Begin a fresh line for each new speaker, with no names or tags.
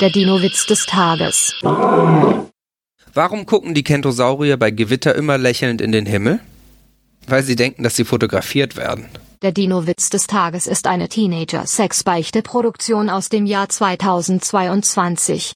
Der Dino-Witz des Tages.
Warum gucken die Kentosaurier bei Gewitter immer lächelnd in den Himmel? Weil sie denken, dass sie fotografiert werden.
Der Dino-Witz des Tages ist eine Teenager-Sex-Beichte-Produktion aus dem Jahr 2022.